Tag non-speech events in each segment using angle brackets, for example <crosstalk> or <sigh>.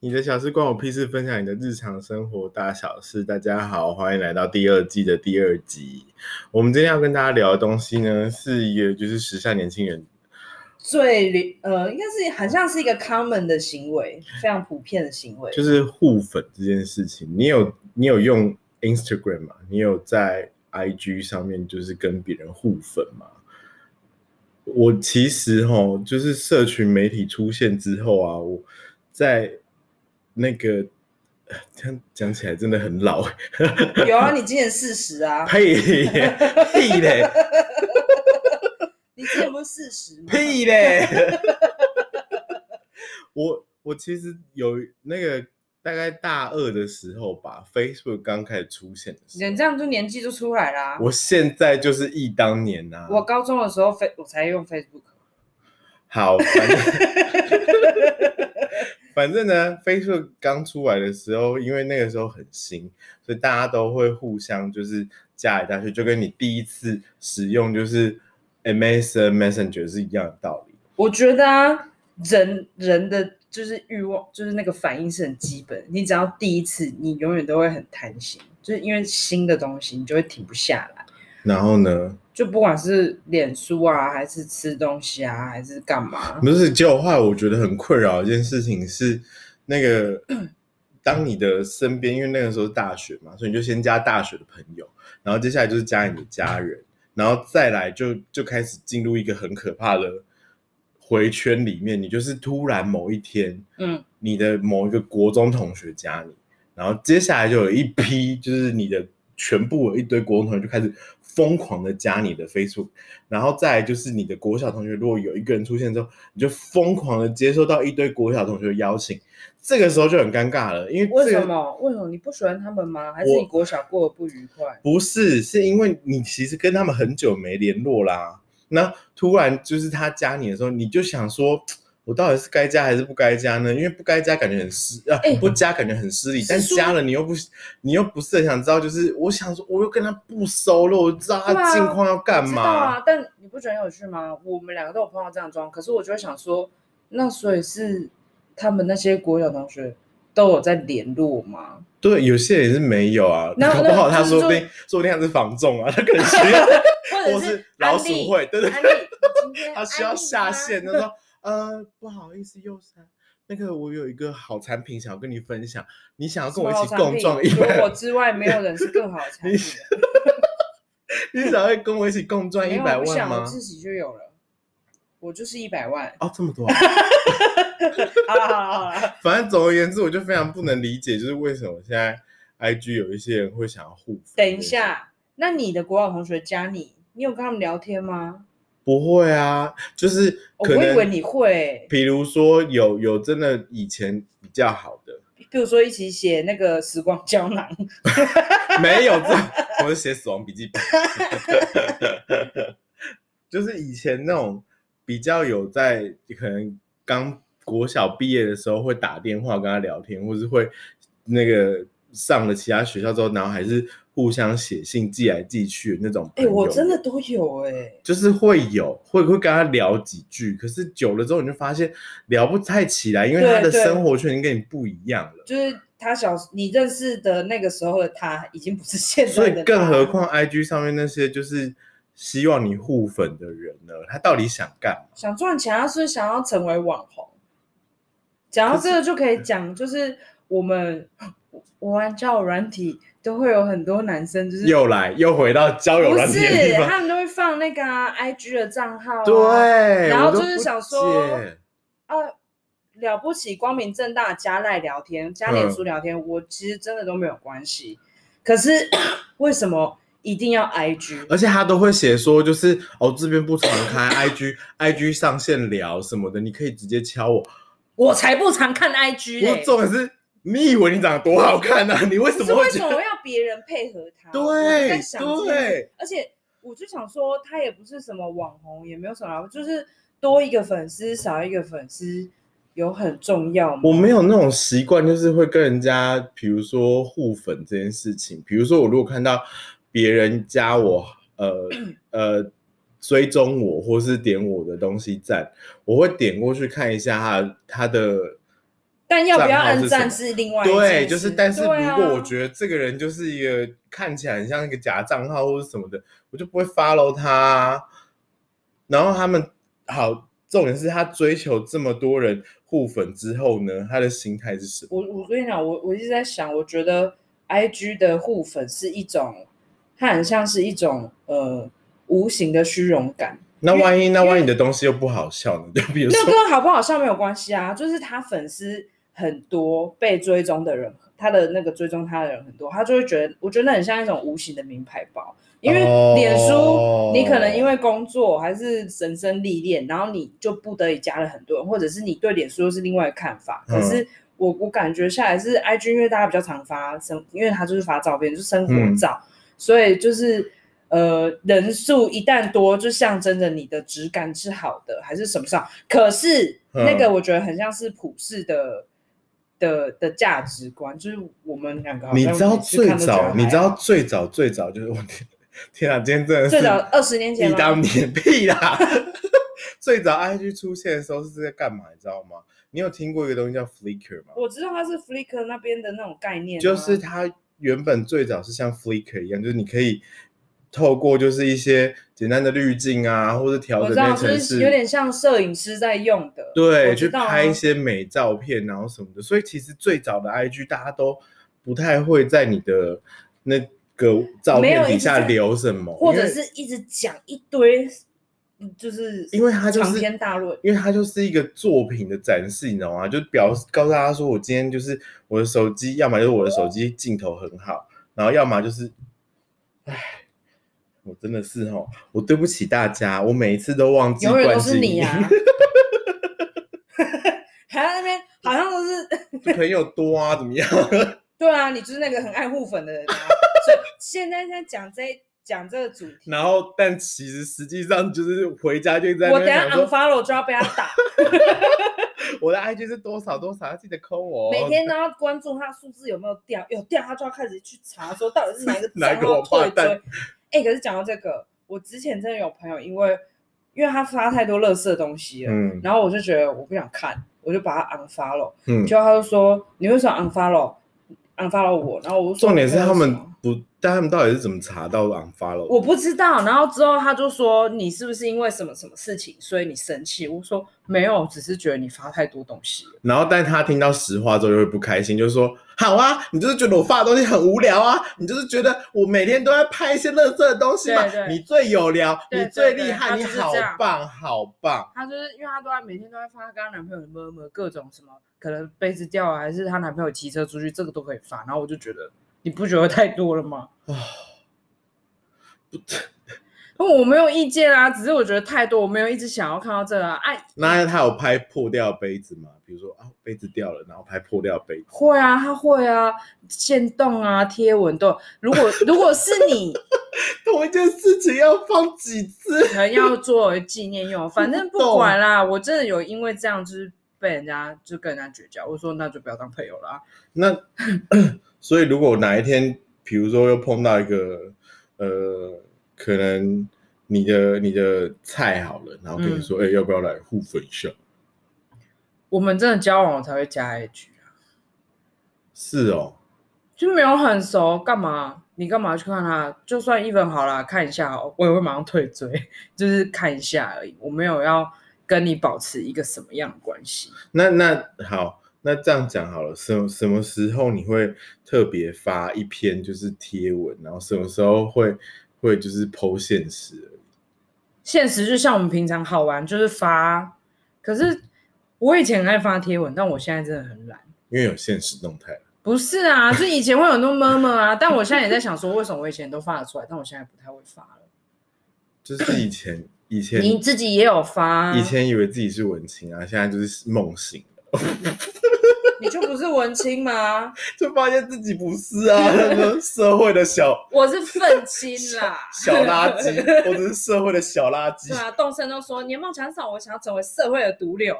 你的小事关我屁事，分享你的日常生活大小事。大家好，欢迎来到第二季的第二集。我们今天要跟大家聊的东西呢，是一个就是时下年轻人最流呃，应该是好像是一个 common 的行为，非常普遍的行为。就是互粉这件事情。你有你有用 Instagram 吗？你有在 IG 上面就是跟别人互粉吗？我其实哈，就是社群媒体出现之后啊，我在那个 <laughs> 呃这样讲起来真的很老，有啊，你今年四十啊，呸嘞屁嘞你今年不是四十吗？屁嘞！我我其实有那个大概大二的时候吧，Facebook 刚开始出现的时你这样就年纪就出来啦、候，我现在就是忆当年啊呐、我高中的时候非我才用 Facebook，好，反正反正呢，Facebook 刚出来的时候，因为那个时候很新，所以大家都会互相就是加来加去，就跟你第一次使用就是 MSN Messenger 是一样的道理。我觉得啊，人人的就是欲望，就是那个反应是很基本。你只要第一次，你永远都会很贪心，就是因为新的东西，你就会停不下来。然后呢，就不管是脸书啊，还是吃东西啊，还是 <laughs> 干嘛，不是，结果后来我觉得很困扰的一件事情是，那个 <clears throat> 当你的身边，因为那个时候是大学嘛，所以你就先加大学的朋友，然后接下来就是加你的家人，然后再来就就开始进入一个很可怕的回圈里面，你就是突然某一天，嗯，你的某一个国中同学加你，然后接下来就有一批，就是你的全部有一堆国中同学就开始疯狂的加你的 Facebook，然后再来就是你的国小同学，如果有一个人出现之后，你就疯狂的接收到一堆国小同学的邀请，这个时候就很尴尬了，因为为这什个么？为什么你不喜欢他们吗？还是你国小过得不愉快？不是是因为你其实跟他们很久没联络啦，那突然就是他加你的时候，你就想说。我到底是该加还是不该加呢？因为不该加感觉很失啊，哎不加感觉很失礼，是但说加了你又不，你又不是很想知道。就是我想说，我又跟他不熟了，我知道对啊他近况要干知嘛。道啊，但你不觉得很有趣吗？我们两个都有碰到这样的状况，可是我就会想说，那所以是他们那些国小同学都有在联络吗？对，有些人是没有啊，那搞不好那他说不就是定说不定他是房仲啊，他可能需要，或者或是是老鼠会，对对，安利？安利，你今天他需要安利吗下线，他说呃不好意思，右山，那个我有一个好产品想要跟你分享，你想要跟我一起共撞一除了我百，之外，没有人是更好的产品了。你想要跟我一起共赚没一有百我万想我吗？自己就有了，我就是一百万。哦，这么多啊、好了好了好了，反正总而言之，我就非常不能理解，就是为什么现在 I G 有一些人会想要互粉。等一，下，那你的国小同学加你，你有跟他们聊天吗？不会啊，就是哦可我能以为你会，比如说有有真的以前比较好的，比如说一起写那个时光 <laughs> 胶囊，没有这，我是写死亡笔记本， <laughs> 就是以前那种比较有在可能刚国小毕业的时候会打电话跟他聊天，或是会那个上了其他学校之后，然后还是互相写信寄来寄去的那种朋哎、友我真的都有哎、就是会有会会跟他聊几句，可是久了之后你就发现聊不太起来，因为他的对对生活圈已经跟你不一样了。就是他小你认识的那个时候的他，已经不是现所在以的他，更何况 IG 上面那些就是希望你互粉的人呢，他到底想干嘛？想赚钱，他是想要成为网红。讲到这个就可以讲，就是我们我玩交友软体都会有很多男生，就是又来又回到交友不软件的是地方，他们都会放那个、啊、IG 的账号、啊，对，然后我都就是不想说解啊，了不起，光明正大加赖聊天，加嗯脸书聊天，我其实真的都没有关系。可是为什么一定要 IG？而且他都会写说，就是哦这边不常开，IG IG 上线聊什么的，你可以直接敲我。我才不常看 IG 我嘞、重点是，你以为你长得多好看呢、啊？你为什可是么为会什觉么得？要别人配合他？对我就在想这件事对，而且我就想说，他也不是什么网红，也没有什么，啊就是多一个粉丝少一个粉丝，有很重要吗？我没有那种习惯，就是会跟人家，比如说互粉这件事情。比如说，我如果看到别人加我，呃呃，追踪我或是点我的东西赞，我会点过去看一下他他的但要不要账号是按赞什是另外一件对，事就是，但是如对啊果我觉得这个人就是一个看起来很像一个假账号或者什么的，我就不会 follow 他啊。然后他们好，重点是他追求这么多人互粉之后呢，他的心态是什么？我我跟你讲，我我一直在想，我觉得 I G 的互粉是一种，它很像是一种呃无形的虚荣感。那万一那万一你的东西又不好笑呢？就比如那说，跟好不好笑没有关系啊，就是他粉丝很多，被追踪的人，他的那个追踪他的人很多，他就会觉得，我觉得那很像一种无形的名牌包，因为哦脸书、你可能因为工作还是人生历练，然后你就不得已加了很多人，或者是你对脸书又是另外的看法，可嗯是。我我感觉下来是 IG，因为大家比较常发生，因为他就是发照片，就是生活嗯照，所以就是呃人数一旦多，就象征着你的质感是好的还是什么上。可是嗯那个我觉得很像是普世的、的的价值观，就是我们两 <laughs> 个好像你知道每次最看都觉得还早，好你知道最早最早就是我天天啊，今天真的是最早二十年前一吗 <laughs> 当年屁啦！ <laughs> 最早 IG 出现的时候是在干嘛，你知道吗？你有听过一个东西叫 Flickr 吗？我知道它是 Flickr 那边的那种概念啊、就是它原本最早是像 Flickr 一样，就是你可以透过就是一些简单的滤镜啊，或者调我整知那道，个城就是市，有点像摄影师在用的，我对，知去道啊拍一些美照片，然后什么的。所以其实最早的 IG 大家都不太会在你的那个照没有片一底直下在留什么，或因者为是一直讲一堆，嗯就是因为它就是长篇大论。因为它就是一个作品的展示，你知道吗？就表示告诉大家说，我今天就是我的手机，要么就是我的手机镜头很好，然后要么就是，唉，我真的是哦，我对不起大家，我每一次都忘记永远关都机。是你 <laughs> 啊！还在那边好像都是 <laughs> 就朋友多啊，怎么样？对啊，你就是那个很爱互粉的人 <laughs> 啊。所以现在在讲这讲这个主题，然后，但其实实际上就是回家就一直在我那等一边下想说， unfollow 就要被他打，我的 IG 是多少多少，要记得扣 <laughs> 我哦。每天都要关注他数字有没有掉，有掉他就要开始去查说到底是哪 <laughs> 一个哪一账个号王八退追蛋。哎、可是讲到这个，我之前真的有朋友因为因为他发太多垃圾东西了，嗯然后我就觉得我不想看，我就把他 unfollow。嗯，就他就说你为什么 unfollow unfollow 我？然后我就说重点是他为们什么不，但他们到底是怎么查到 unfollow？我不知道。然后之后他就说你是不是因为什么什么事情，所以你生气？我说没有，只是觉得你发太多东西了。然后，但他听到实话之后就会不开心，就说：“好啊，你就是觉得我发的东西很无聊啊，你就是觉得我每天都在拍一些垃圾的东西嘛，对对你最有聊，对你最对厉害，对你他就是好这样棒，好棒。她就是因为她都在每天都在发她跟她男朋友的么么各种什么，可能杯子掉啊，还是她男朋友骑车出去，这个都可以发。然后我就觉得你不觉得太多了吗？啊 <laughs> 我没有意见啊，只是我觉得太多，我没有一直想要看到这个啊。哎、那他有拍破掉的杯子吗？比如说啊，杯子掉了，然后拍破掉的杯子。会啊，他会啊，线动啊，贴文都有。如果如果是你，同一件事情要放几次？可能要作为纪念用，反正不管啦。我真的有因为这样，就是被人家就跟人家绝交，我说那就不要当朋友啦。那 <clears throat> 所以，如果哪一天，比如说又碰到一个呃，可能你的你的菜好了，然后跟你说，哎、要不要来互粉一下？我们真的交往我才会加 IG 啊，是哦，就没有很熟，干嘛？你干嘛去看他？就算一本好啦，看一下哦，我也会马上退追， <laughs> 就是看一下而已。我没有要跟你保持一个什么样的关系。那那好，那这样讲好了，什什么时候你会特别发一篇就是贴文，然后什么时候会会就是剖现实？现实就像我们平常好玩，就是发。可是我以前很爱发贴文，但我现在真的很懒。因为有现实动态，不是啊，就以前会有那种么么啊，但我现在也在想说，为什么我以前都发得出来，但我现在不太会发了。就是以前以前你自己也有发、啊，以前以为自己是文青啊，现在就是梦醒了，你就不是文青吗？就发现自己不是啊，那个社会的 <laughs> 小，我是愤青啦小垃圾，我只是社会的小垃圾 <laughs> 对，啊，动身都说年梦强少，我想要成为社会的毒瘤。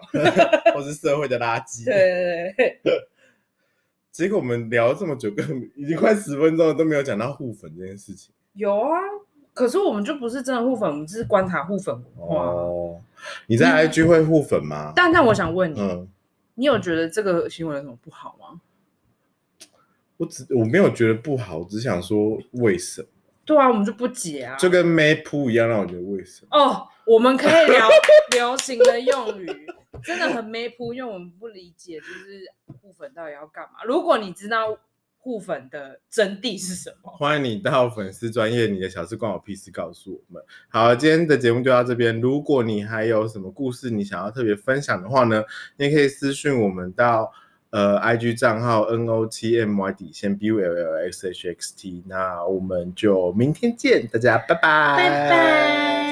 我是社会的垃圾。啊对，对对对，结果我们聊了这么久，根本已经快十分钟了，都没有讲到互粉这件事情。有啊。可是我们就不是真的互粉，我们只是观察互粉文化。哦嗯哦，你在 IG 会互粉吗？但但我想问你，嗯，你有觉得这个行为有什么不好吗？我只我没有觉得不好，只想说为什么，对啊，我们就不解啊。就跟 map 一样，让我觉得为什么。哦，我们可以聊流行的用语，真的很没谱，因为我们不理解就是互粉到底要干嘛。如果你知道互粉的真谛是什么， <laughs> 欢迎你到粉丝专业，你的小事关我屁事，告诉我们。好，今天的节目就到这边。如果你还有什么故事你想要特别分享的话呢，你也可以私讯我们到呃 IG 账号 N O T M Y 底线 B U L L X H X T。那我们就明天见，大家拜拜，拜拜。